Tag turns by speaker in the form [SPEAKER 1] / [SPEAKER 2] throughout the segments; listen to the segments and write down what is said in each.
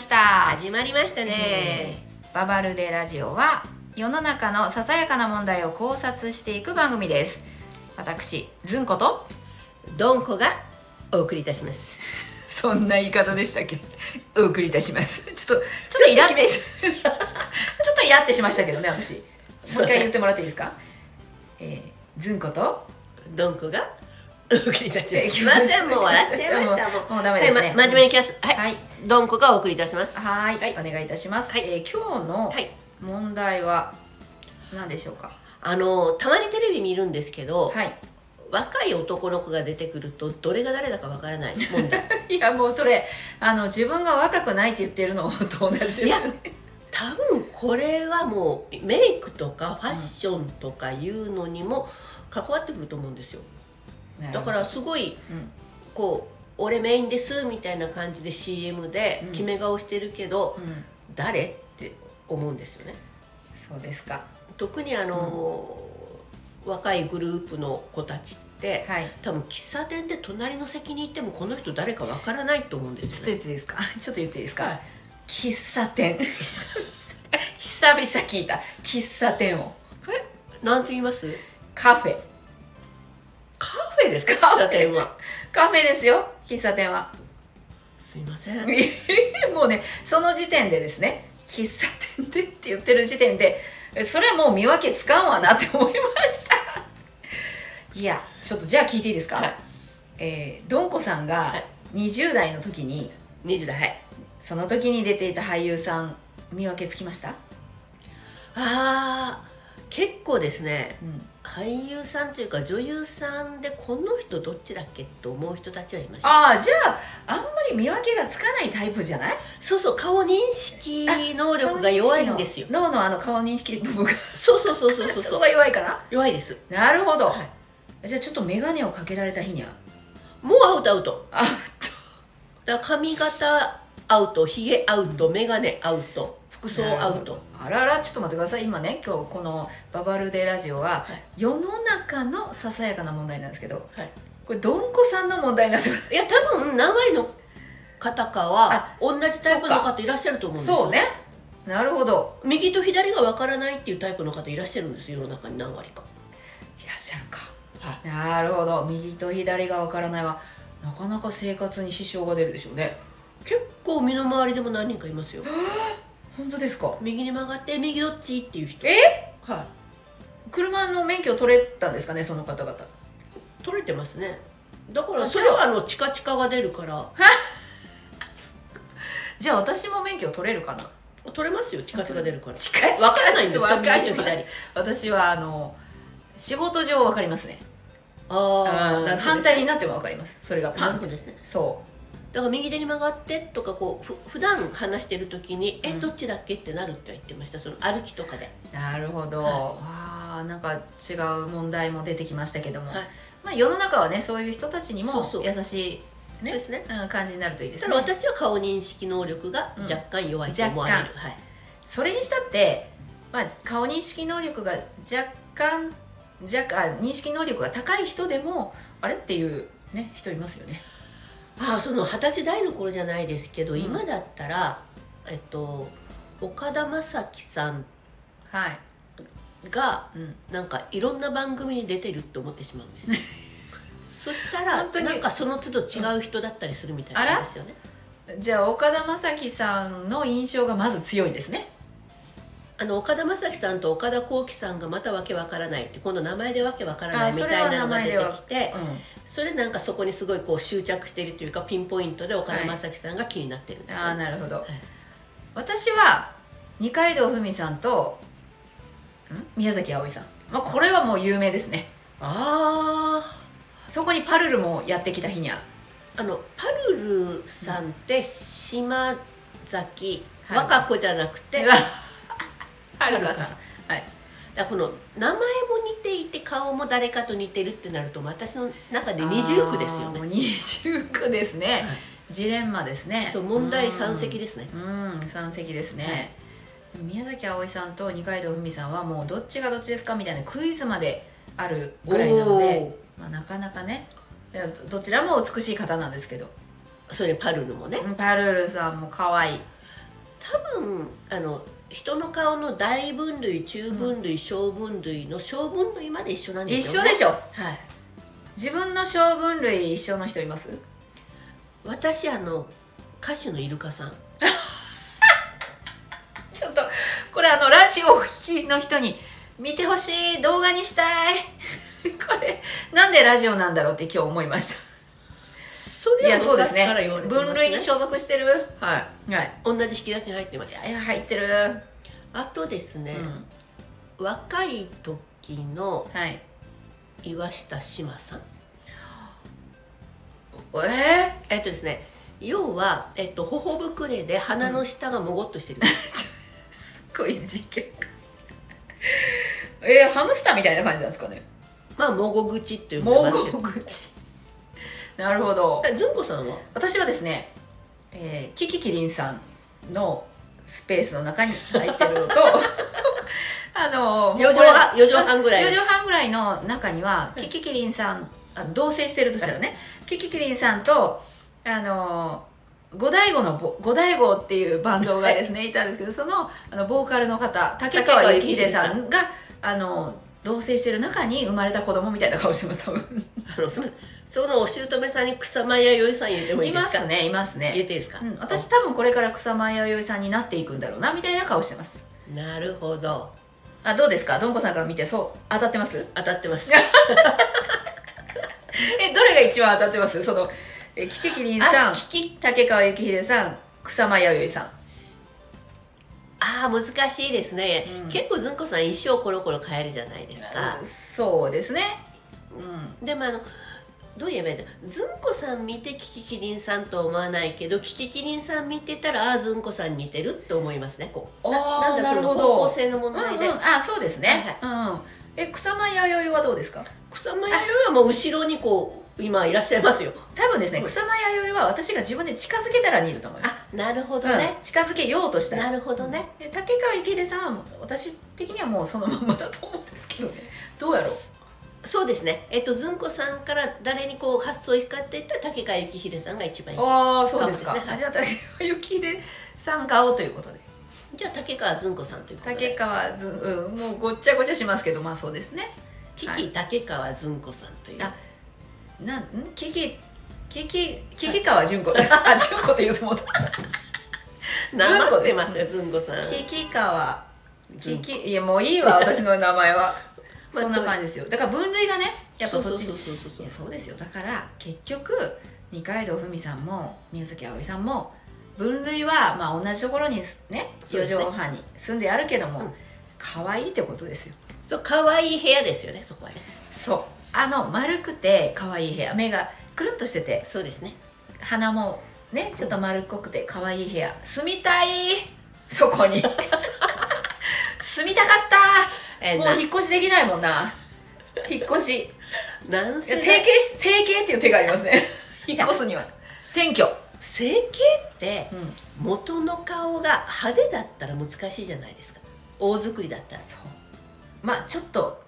[SPEAKER 1] 始まりましたね、
[SPEAKER 2] ババルデラジオは世の中のささやかな問題を考察していく番組です私ずんこと
[SPEAKER 1] ドンコがお送りいたします
[SPEAKER 2] そんな言い方でしたっけお送りいたしますちょっとちょっとイラって ちょっとイラってしましたけどね私もう一回言ってもらっていいです か、えー、ずんこと
[SPEAKER 1] ドンコがお送りいたしますすいませんもう笑っちゃいましたもう
[SPEAKER 2] もうもうダメですね
[SPEAKER 1] はいま真面目にキャスはい、
[SPEAKER 2] はい
[SPEAKER 1] ドンコがお送りいたしますは
[SPEAKER 2] はい
[SPEAKER 1] はい
[SPEAKER 2] お願いいたします、
[SPEAKER 1] はい
[SPEAKER 2] えー今日の
[SPEAKER 1] い
[SPEAKER 2] 問題は何でしょうか
[SPEAKER 1] あのたまにテレビ見るんですけど、
[SPEAKER 2] はい
[SPEAKER 1] 若い男の子が出てくるとどれが誰だかわからない 問題
[SPEAKER 2] いやもうそれあの自分が若くないって言ってるのと同じです
[SPEAKER 1] い
[SPEAKER 2] ね
[SPEAKER 1] や多分これはもうメイクとかファッションとかいうのにも関わってくると思うんですよ
[SPEAKER 2] なる
[SPEAKER 1] だ
[SPEAKER 2] ほ
[SPEAKER 1] か
[SPEAKER 2] ど
[SPEAKER 1] らすごい
[SPEAKER 2] うん
[SPEAKER 1] こう「俺メインです」みたいな感じで CM で
[SPEAKER 2] うん
[SPEAKER 1] 決め顔してるけど、
[SPEAKER 2] うん、
[SPEAKER 1] 誰って思うんですよね
[SPEAKER 2] そうですか
[SPEAKER 1] 特にあのー若いグループの子たちって
[SPEAKER 2] はい
[SPEAKER 1] 多分喫茶店で隣の席に行ってもこの人誰かわからないと思うんで
[SPEAKER 2] ちょっと
[SPEAKER 1] すよ
[SPEAKER 2] 言
[SPEAKER 1] ね。
[SPEAKER 2] っていいですか ちょっと言っていいですか、
[SPEAKER 1] はい
[SPEAKER 2] 喫茶店 久々久々聞いた喫茶店を
[SPEAKER 1] なんて言います
[SPEAKER 2] カフェ
[SPEAKER 1] カフェです
[SPEAKER 2] カ
[SPEAKER 1] か喫
[SPEAKER 2] フェ
[SPEAKER 1] 茶店は。
[SPEAKER 2] カフェですよ喫茶店は
[SPEAKER 1] すいません。はい。
[SPEAKER 2] もうねその時点でですね喫茶店でって言ってる時点でそれはもう見分けつかんわなって思いましたいやちょっとじゃあ聞いていいですか、えー、どんこさんが
[SPEAKER 1] はい
[SPEAKER 2] 20代の時に、
[SPEAKER 1] 20代はい。
[SPEAKER 2] その時に出ていた俳優さん見分けつきました、
[SPEAKER 1] あー結構ですね
[SPEAKER 2] うん、
[SPEAKER 1] 俳優さんというか女優さんでこの人どっちだっけと思う人たちはいました
[SPEAKER 2] ああじゃああんまり見分けがつかないタイプじゃない
[SPEAKER 1] そうそう顔認識能力が弱いんですよ
[SPEAKER 2] 脳のあの顔認識部分が
[SPEAKER 1] そうそうそうそうそう
[SPEAKER 2] そこ
[SPEAKER 1] そう
[SPEAKER 2] が弱いかな
[SPEAKER 1] 弱いです
[SPEAKER 2] なるほど、
[SPEAKER 1] は
[SPEAKER 2] じゃあちょっと眼鏡をかけられた日には
[SPEAKER 1] もうアウトアウト
[SPEAKER 2] あ
[SPEAKER 1] だから髪型アウトひげアウト眼鏡アウト服装アウト
[SPEAKER 2] あららちょっと待ってください今ね今日この「ババルデラジオは」
[SPEAKER 1] はい
[SPEAKER 2] 世の中のささやかな問題なんですけど、
[SPEAKER 1] はい
[SPEAKER 2] これどんこさんの問題なんです
[SPEAKER 1] いや多分何割の方かは同じタイプの
[SPEAKER 2] そ
[SPEAKER 1] 方いらっしゃると思うんですよ
[SPEAKER 2] そうねなるほど
[SPEAKER 1] 右と左がわからないっていうタイプの方いらっしゃるんですよ世の中に何割か
[SPEAKER 2] いらっしゃるか
[SPEAKER 1] は
[SPEAKER 2] なるほど右と左がわからないはなかなか生活に支障が出るでしょうね
[SPEAKER 1] 結構身の回りでも何人かいますよ
[SPEAKER 2] 本当ですか
[SPEAKER 1] 右に曲がって右どっちっていう人
[SPEAKER 2] え
[SPEAKER 1] は
[SPEAKER 2] 車の免許取れたんですかねその方々
[SPEAKER 1] い取れてますねだから
[SPEAKER 2] あ
[SPEAKER 1] それはあのチカチカが出るから
[SPEAKER 2] じゃあ私も免許取れるかな
[SPEAKER 1] 取れますよチカチカ出 るから
[SPEAKER 2] 近
[SPEAKER 1] わからないんですか
[SPEAKER 2] わかり
[SPEAKER 1] 右と
[SPEAKER 2] ま
[SPEAKER 1] 左
[SPEAKER 2] す私はあの仕事上わかりますね
[SPEAKER 1] ああ、
[SPEAKER 2] う
[SPEAKER 1] なるほど
[SPEAKER 2] ん反対になってもわかりますそれが
[SPEAKER 1] パ
[SPEAKER 2] パ
[SPEAKER 1] ン
[SPEAKER 2] ン
[SPEAKER 1] クですね
[SPEAKER 2] そ
[SPEAKER 1] だから右手に曲がってとかこうふ普段話してる時に「え
[SPEAKER 2] うん
[SPEAKER 1] どっちだっけ?」ってなるっては言ってましたその歩きとかで
[SPEAKER 2] うなるほど、
[SPEAKER 1] はい
[SPEAKER 2] わあなんか違う問題も出てきましたけども、
[SPEAKER 1] はい
[SPEAKER 2] まあ、世の中はねそういう人たちにも
[SPEAKER 1] そうそう
[SPEAKER 2] 優しい
[SPEAKER 1] そう
[SPEAKER 2] ね
[SPEAKER 1] ですね
[SPEAKER 2] うん感じになるといいです
[SPEAKER 1] た
[SPEAKER 2] ね
[SPEAKER 1] だ私は顔認識能力が若干弱いと思われる、はい、
[SPEAKER 2] それにしたって、まあ、顔認識能力が若干若干認識能力が高い人でもあれっていう、ね、人いますよね。
[SPEAKER 1] ああその二十歳代の頃じゃないですけど、
[SPEAKER 2] うん
[SPEAKER 1] 今だったらえっと岡田将生さん
[SPEAKER 2] はい、
[SPEAKER 1] が
[SPEAKER 2] うん、
[SPEAKER 1] なんかいろんな番組に出てるって思ってしまうんです そしたら
[SPEAKER 2] 本当に
[SPEAKER 1] なんかその都度違う人だったりするみたい
[SPEAKER 2] あ
[SPEAKER 1] な
[SPEAKER 2] ら
[SPEAKER 1] んですよね、
[SPEAKER 2] じゃあ岡田将生さんの印象がまず強いんですね。
[SPEAKER 1] あの岡田将生さんと岡田幸輝さんがまたわけわからないって今度名前でわけわからな
[SPEAKER 2] あ
[SPEAKER 1] いみ
[SPEAKER 2] それ
[SPEAKER 1] た
[SPEAKER 2] はい
[SPEAKER 1] なのが出てきて
[SPEAKER 2] う
[SPEAKER 1] それなんかそこにすごいこう執着しているというかピンポイントで岡田将生さんが気になってるんで
[SPEAKER 2] ん、
[SPEAKER 1] すよ、
[SPEAKER 2] ああなるほど、
[SPEAKER 1] はい
[SPEAKER 2] 私は二階堂ふみさんとん宮崎あおいさん、まあ、これはもう有名ですね
[SPEAKER 1] あ
[SPEAKER 2] そこにパルルもやってきた日にゃ
[SPEAKER 1] ーあのパルルさんって島崎、
[SPEAKER 2] はい
[SPEAKER 1] 若子じゃなく て、
[SPEAKER 2] う
[SPEAKER 1] だ
[SPEAKER 2] わ
[SPEAKER 1] か
[SPEAKER 2] はる
[SPEAKER 1] はるか
[SPEAKER 2] か
[SPEAKER 1] さ
[SPEAKER 2] さ
[SPEAKER 1] ん
[SPEAKER 2] んはい
[SPEAKER 1] らこの名前も似ていて顔も誰かと似てるってなると私の中で二重苦ですよ
[SPEAKER 2] あーも
[SPEAKER 1] ね
[SPEAKER 2] う二重苦ですね、ジレンマですね
[SPEAKER 1] そう問題山積ですね、
[SPEAKER 2] うんうん山積ですね、
[SPEAKER 1] はい
[SPEAKER 2] でも宮崎あおいさんと二階堂ふみさんはもうどっちがどっちですかみたいなクイズまであるぐらいなので、まあ、なかなかねいやどちらも美しい方なんですけど
[SPEAKER 1] おーそれにパルルもね
[SPEAKER 2] うんパルルさんも可愛い
[SPEAKER 1] た多分あの人の顔の大分類中分類小分類の小分類まで一緒なんで
[SPEAKER 2] 一
[SPEAKER 1] すよ
[SPEAKER 2] 緒
[SPEAKER 1] ね
[SPEAKER 2] でしょ
[SPEAKER 1] はい
[SPEAKER 2] 自分の小分類一緒の人います
[SPEAKER 1] 私あの歌手のイルカさん
[SPEAKER 2] ちょっとこれあのラジオをお聞きの人に見てほしい動画にしたい これなんでラジオなんだろうって今日思いまし
[SPEAKER 1] そ
[SPEAKER 2] たい
[SPEAKER 1] れは
[SPEAKER 2] やそうです
[SPEAKER 1] 昔
[SPEAKER 2] ね
[SPEAKER 1] から言われてますね
[SPEAKER 2] 分類に所属してる
[SPEAKER 1] はい
[SPEAKER 2] はい
[SPEAKER 1] 同じ引き出しに入ってます
[SPEAKER 2] いや入ってる、
[SPEAKER 1] あとですね、
[SPEAKER 2] う
[SPEAKER 1] 若い時の
[SPEAKER 2] ん、はい
[SPEAKER 1] 岩下志麻さん
[SPEAKER 2] え
[SPEAKER 1] えっとですね要は、えっと、頬膨れで鼻の下がもごっとしてる、
[SPEAKER 2] ー、すっごい事件 えー、ハムスターみたいな感じなんですかね
[SPEAKER 1] まあもご口っていう
[SPEAKER 2] も
[SPEAKER 1] ますけ
[SPEAKER 2] う
[SPEAKER 1] ど
[SPEAKER 2] ご口なるほど
[SPEAKER 1] えずんこさんは
[SPEAKER 2] 私はですね、えー、キキキリンさんのスペースの中に入ってる のとあの
[SPEAKER 1] 4畳半4畳半ぐらい
[SPEAKER 2] 4畳半ぐらいの中には
[SPEAKER 1] うん
[SPEAKER 2] キキキリンさんあ同棲してるとしたらねキキキリンさんとあの五大悟のぼ五大悟っていうバンドがですねいたんですけどそのあのボーカルの方竹川幸秀さんがあの同棲してる中に生まれた子供みたいな顔してます多分
[SPEAKER 1] あのそのそのお姑さんに草間彌生さん入れてもい
[SPEAKER 2] い
[SPEAKER 1] いで
[SPEAKER 2] ます
[SPEAKER 1] か
[SPEAKER 2] すねいますね
[SPEAKER 1] 入れていいですか、
[SPEAKER 2] うん、私多分これから草間彌生さんになっていくんだろうなみたいな顔してます
[SPEAKER 1] なるほど
[SPEAKER 2] あどうですかどんこさんから見てそう当たってます
[SPEAKER 1] 当たってます
[SPEAKER 2] えどれが一番当たってますそのえキキキリンさ
[SPEAKER 1] あ
[SPEAKER 2] ん
[SPEAKER 1] 聞き
[SPEAKER 2] 竹川幸秀さん草間彌生さん
[SPEAKER 1] あー難しいですね、
[SPEAKER 2] うん
[SPEAKER 1] 結構ずんこさん一生コロコロ変えるじゃないですか
[SPEAKER 2] あ、そうですねうん
[SPEAKER 1] でもあのどう言えばいいんだずんこさん見てキキキリンさんとは思わないけどキキキリンさん見てたらあーずんこさん似てるって思いますねこ
[SPEAKER 2] あ
[SPEAKER 1] う
[SPEAKER 2] ー
[SPEAKER 1] なんだ
[SPEAKER 2] なる
[SPEAKER 1] そ
[SPEAKER 2] ほ
[SPEAKER 1] の
[SPEAKER 2] ど
[SPEAKER 1] 方向性の問
[SPEAKER 2] うんうん
[SPEAKER 1] 題で、
[SPEAKER 2] あそうですね、うんえ草間彌生はどうですか
[SPEAKER 1] 草間彌生はもう後ろにこう今いらっしゃいますよ
[SPEAKER 2] 多分ですね
[SPEAKER 1] うん
[SPEAKER 2] 草間弥生は私が自分で近づけたら似ると思います
[SPEAKER 1] あなるほど
[SPEAKER 2] うん
[SPEAKER 1] ね、
[SPEAKER 2] 近づけようとしたら
[SPEAKER 1] なるほどね、
[SPEAKER 2] で竹川幸秀さんは私的にはもうそのまんまだと思うんですけどねどうやろう
[SPEAKER 1] そうですね。えっとずんこさんから誰にこう発想を光っていった竹川幸秀さんが一番いい。
[SPEAKER 2] ああそうですか
[SPEAKER 1] そうですねはい
[SPEAKER 2] あじゃあ竹川幸秀さん顔ということで
[SPEAKER 1] じゃあ竹川ずんこさんということ
[SPEAKER 2] 竹
[SPEAKER 1] で。
[SPEAKER 2] 川ず、うん、もうごっちゃごちゃしますけどまあそうですね
[SPEAKER 1] キ
[SPEAKER 2] はい
[SPEAKER 1] キ竹川ずんこさんという。
[SPEAKER 2] あなんんキキキキキキ川 純子あ純子って言うと思った
[SPEAKER 1] なまってます
[SPEAKER 2] ずんこ
[SPEAKER 1] よずんこさん。
[SPEAKER 2] キキ川
[SPEAKER 1] ず
[SPEAKER 2] キ
[SPEAKER 1] んこ
[SPEAKER 2] キいやもういいわ私の名前は
[SPEAKER 1] まあ
[SPEAKER 2] そんな感じですよだから分類がねやっぱそっちに
[SPEAKER 1] そうそうそう
[SPEAKER 2] い
[SPEAKER 1] そ
[SPEAKER 2] うや
[SPEAKER 1] そう
[SPEAKER 2] そうですよだから結局二階堂ふみさんも宮崎あおいさんも分類はまあ同じところにね
[SPEAKER 1] そう
[SPEAKER 2] 4
[SPEAKER 1] です
[SPEAKER 2] 畳
[SPEAKER 1] ね
[SPEAKER 2] 半に住んであるけども、
[SPEAKER 1] うん
[SPEAKER 2] 可愛いってことですよ
[SPEAKER 1] そう可愛い部屋ですよねそこはね。
[SPEAKER 2] そうあの丸くて可愛い部屋目がくるんとしてて
[SPEAKER 1] そうですね。
[SPEAKER 2] 鼻もねちょっと丸っこくて可愛い部屋住みたいそこ に住みたかっ
[SPEAKER 1] え
[SPEAKER 2] た
[SPEAKER 1] ー
[SPEAKER 2] もう引っ越しできないもんな引っ越しい
[SPEAKER 1] ななん
[SPEAKER 2] や
[SPEAKER 1] せ
[SPEAKER 2] 整形し整形っていう手がありますね引っ越すには転居
[SPEAKER 1] 整形って
[SPEAKER 2] うん
[SPEAKER 1] 元の顔が派手だったら難しいじゃないですか。大作りだったら。
[SPEAKER 2] そうまあちょっと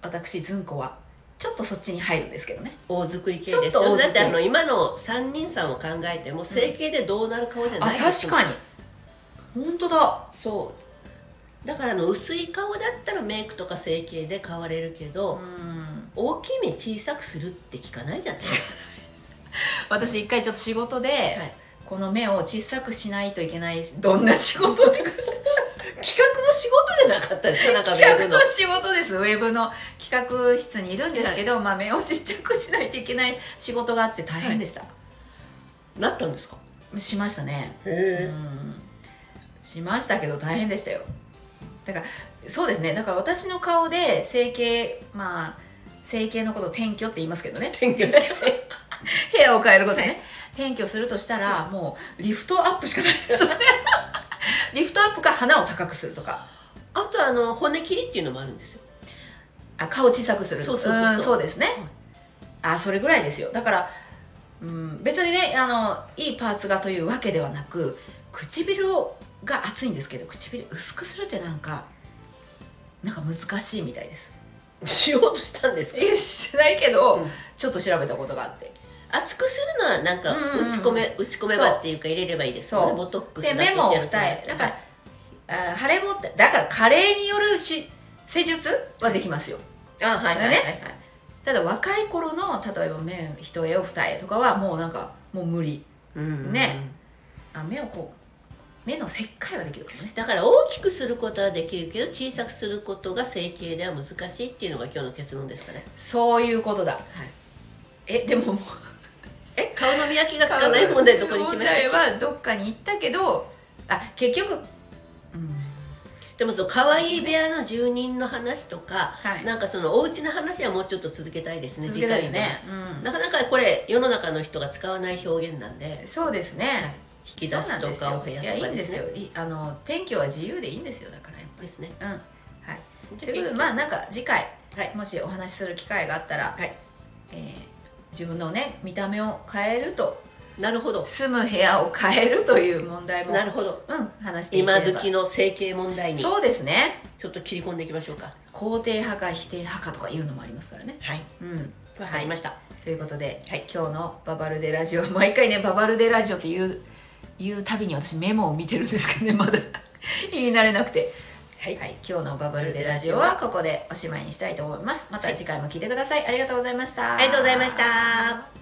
[SPEAKER 2] 私ずんこはちょっとそっちに入るんですけどね
[SPEAKER 1] 大作り系です
[SPEAKER 2] ちょっと
[SPEAKER 1] よ
[SPEAKER 2] 大
[SPEAKER 1] だ
[SPEAKER 2] 作
[SPEAKER 1] っ
[SPEAKER 2] り
[SPEAKER 1] てあの今の三人さんを考えても整形でどうなる顔じゃ
[SPEAKER 2] あ
[SPEAKER 1] ないです
[SPEAKER 2] 確かに本当だ
[SPEAKER 1] そうだからあの薄い顔だったらメイクとか整形で変われるけど、
[SPEAKER 2] うん
[SPEAKER 1] 大きい目小さくするって聞かないじゃないです
[SPEAKER 2] 私一回ちょっと仕事で、
[SPEAKER 1] か、はい、
[SPEAKER 2] この目を小さくしないといけないしどんな仕事ってか
[SPEAKER 1] 企画の仕事でなかったですかなんかメイ
[SPEAKER 2] 企画
[SPEAKER 1] クの
[SPEAKER 2] の仕事ですウェブの企画室にいるんですけど、まあ、目をちっちゃくしないといけない仕事があって大変でした、
[SPEAKER 1] なったんですか
[SPEAKER 2] しましたね
[SPEAKER 1] へ
[SPEAKER 2] うんしましたけど大変でしたよだからそうですねだから私の顔で整形まあ整形のことを転居って言いますけどね
[SPEAKER 1] え、転
[SPEAKER 2] 部屋を変えることね、
[SPEAKER 1] はい
[SPEAKER 2] 転居するとしたらもうリフトアップしかないですよ ねリフトアップか鼻を高くするとか
[SPEAKER 1] あとあの骨切りっていうのもあるんですよ
[SPEAKER 2] あ顔小さくする
[SPEAKER 1] そうそうそうそうん
[SPEAKER 2] そうですね、あそれぐらいですよだから、うん、別にねあのいいパーツがというわけではなく唇をが厚いんですけど唇薄くするってなんかなんか難しいみたいです
[SPEAKER 1] しようとしたんですか
[SPEAKER 2] いやしてないけど、
[SPEAKER 1] うん
[SPEAKER 2] ちょっと調べたことがあって
[SPEAKER 1] 厚くするのはなんか
[SPEAKER 2] うんうん
[SPEAKER 1] 打ち込め、打ち込めばっていうか入れればいいですよ
[SPEAKER 2] そ
[SPEAKER 1] ね
[SPEAKER 2] う
[SPEAKER 1] ボトックス
[SPEAKER 2] で
[SPEAKER 1] だけ
[SPEAKER 2] 目も
[SPEAKER 1] して
[SPEAKER 2] 二重だから、あー腫れぼってだから加齢によるし施術はできますよ
[SPEAKER 1] あはいはいはいはい、
[SPEAKER 2] ただ若い頃の例えば目一重を二重とかはもうなんかもう無理
[SPEAKER 1] うんうんうん
[SPEAKER 2] ねあ目をこう目の切開はできるけどね
[SPEAKER 1] だから大きくすることはできるけど小さくすることが整形では難しいっていうのが今日の結論ですかね
[SPEAKER 2] そういうことだ、えでも
[SPEAKER 1] え顔の見分けがつかない問題どこに行きま
[SPEAKER 2] 問
[SPEAKER 1] した
[SPEAKER 2] 題はどっかに行ったけどあ結局、うん
[SPEAKER 1] でもその可愛い部屋の住人の話とか、
[SPEAKER 2] はい、
[SPEAKER 1] なんかそのお家の話はもうちょっと続けたいですね
[SPEAKER 2] 続けたいです
[SPEAKER 1] 次回
[SPEAKER 2] ね、
[SPEAKER 1] のなかなかこれ世の中の人が使わない表現なんで
[SPEAKER 2] うん、そうですね、
[SPEAKER 1] 引き
[SPEAKER 2] そう
[SPEAKER 1] 出
[SPEAKER 2] な
[SPEAKER 1] し
[SPEAKER 2] ん
[SPEAKER 1] と
[SPEAKER 2] です
[SPEAKER 1] かお
[SPEAKER 2] よ
[SPEAKER 1] 部
[SPEAKER 2] い
[SPEAKER 1] 屋と
[SPEAKER 2] やい
[SPEAKER 1] か
[SPEAKER 2] いん
[SPEAKER 1] で
[SPEAKER 2] ですす
[SPEAKER 1] ね
[SPEAKER 2] よいいあの天気は自由でいいんですよだからやっぱ
[SPEAKER 1] ですね
[SPEAKER 2] りうんはい
[SPEAKER 1] で
[SPEAKER 2] ということでまあなんか次回、
[SPEAKER 1] はい
[SPEAKER 2] もしお話しする機会があったら、
[SPEAKER 1] はい
[SPEAKER 2] えー自分のね見た目を変えると
[SPEAKER 1] なるほど
[SPEAKER 2] 住む部屋を変えるという問題も
[SPEAKER 1] なるほど
[SPEAKER 2] うん話していけ
[SPEAKER 1] 今
[SPEAKER 2] れば
[SPEAKER 1] 時の整形問題にちょ
[SPEAKER 2] そうですね
[SPEAKER 1] っと切り込んでいきましょうか
[SPEAKER 2] 肯定派か否定派かとかいうのもありますからね
[SPEAKER 1] はい
[SPEAKER 2] うん
[SPEAKER 1] わかりました、
[SPEAKER 2] ということで、
[SPEAKER 1] はい
[SPEAKER 2] 今日の「ババルデラジオ」毎回ね「ババルデラジオ」って言う言うたびに私メモを見てるんですけどね まだ言い慣れなくて、
[SPEAKER 1] はい
[SPEAKER 2] はい、今日の「ババルデラジオ」はここでおしまいにしたいと思いますまた次回も聞いてくださいありがとうございました
[SPEAKER 1] ありがとうございました